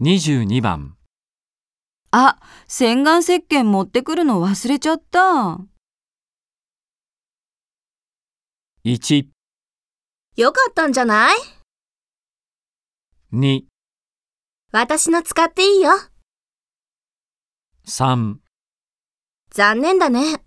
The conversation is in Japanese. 22番、あ、洗顔石鹸持ってくるの忘れちゃった。 1、よかったんじゃない2、私の使っていいよ。 3残念だね。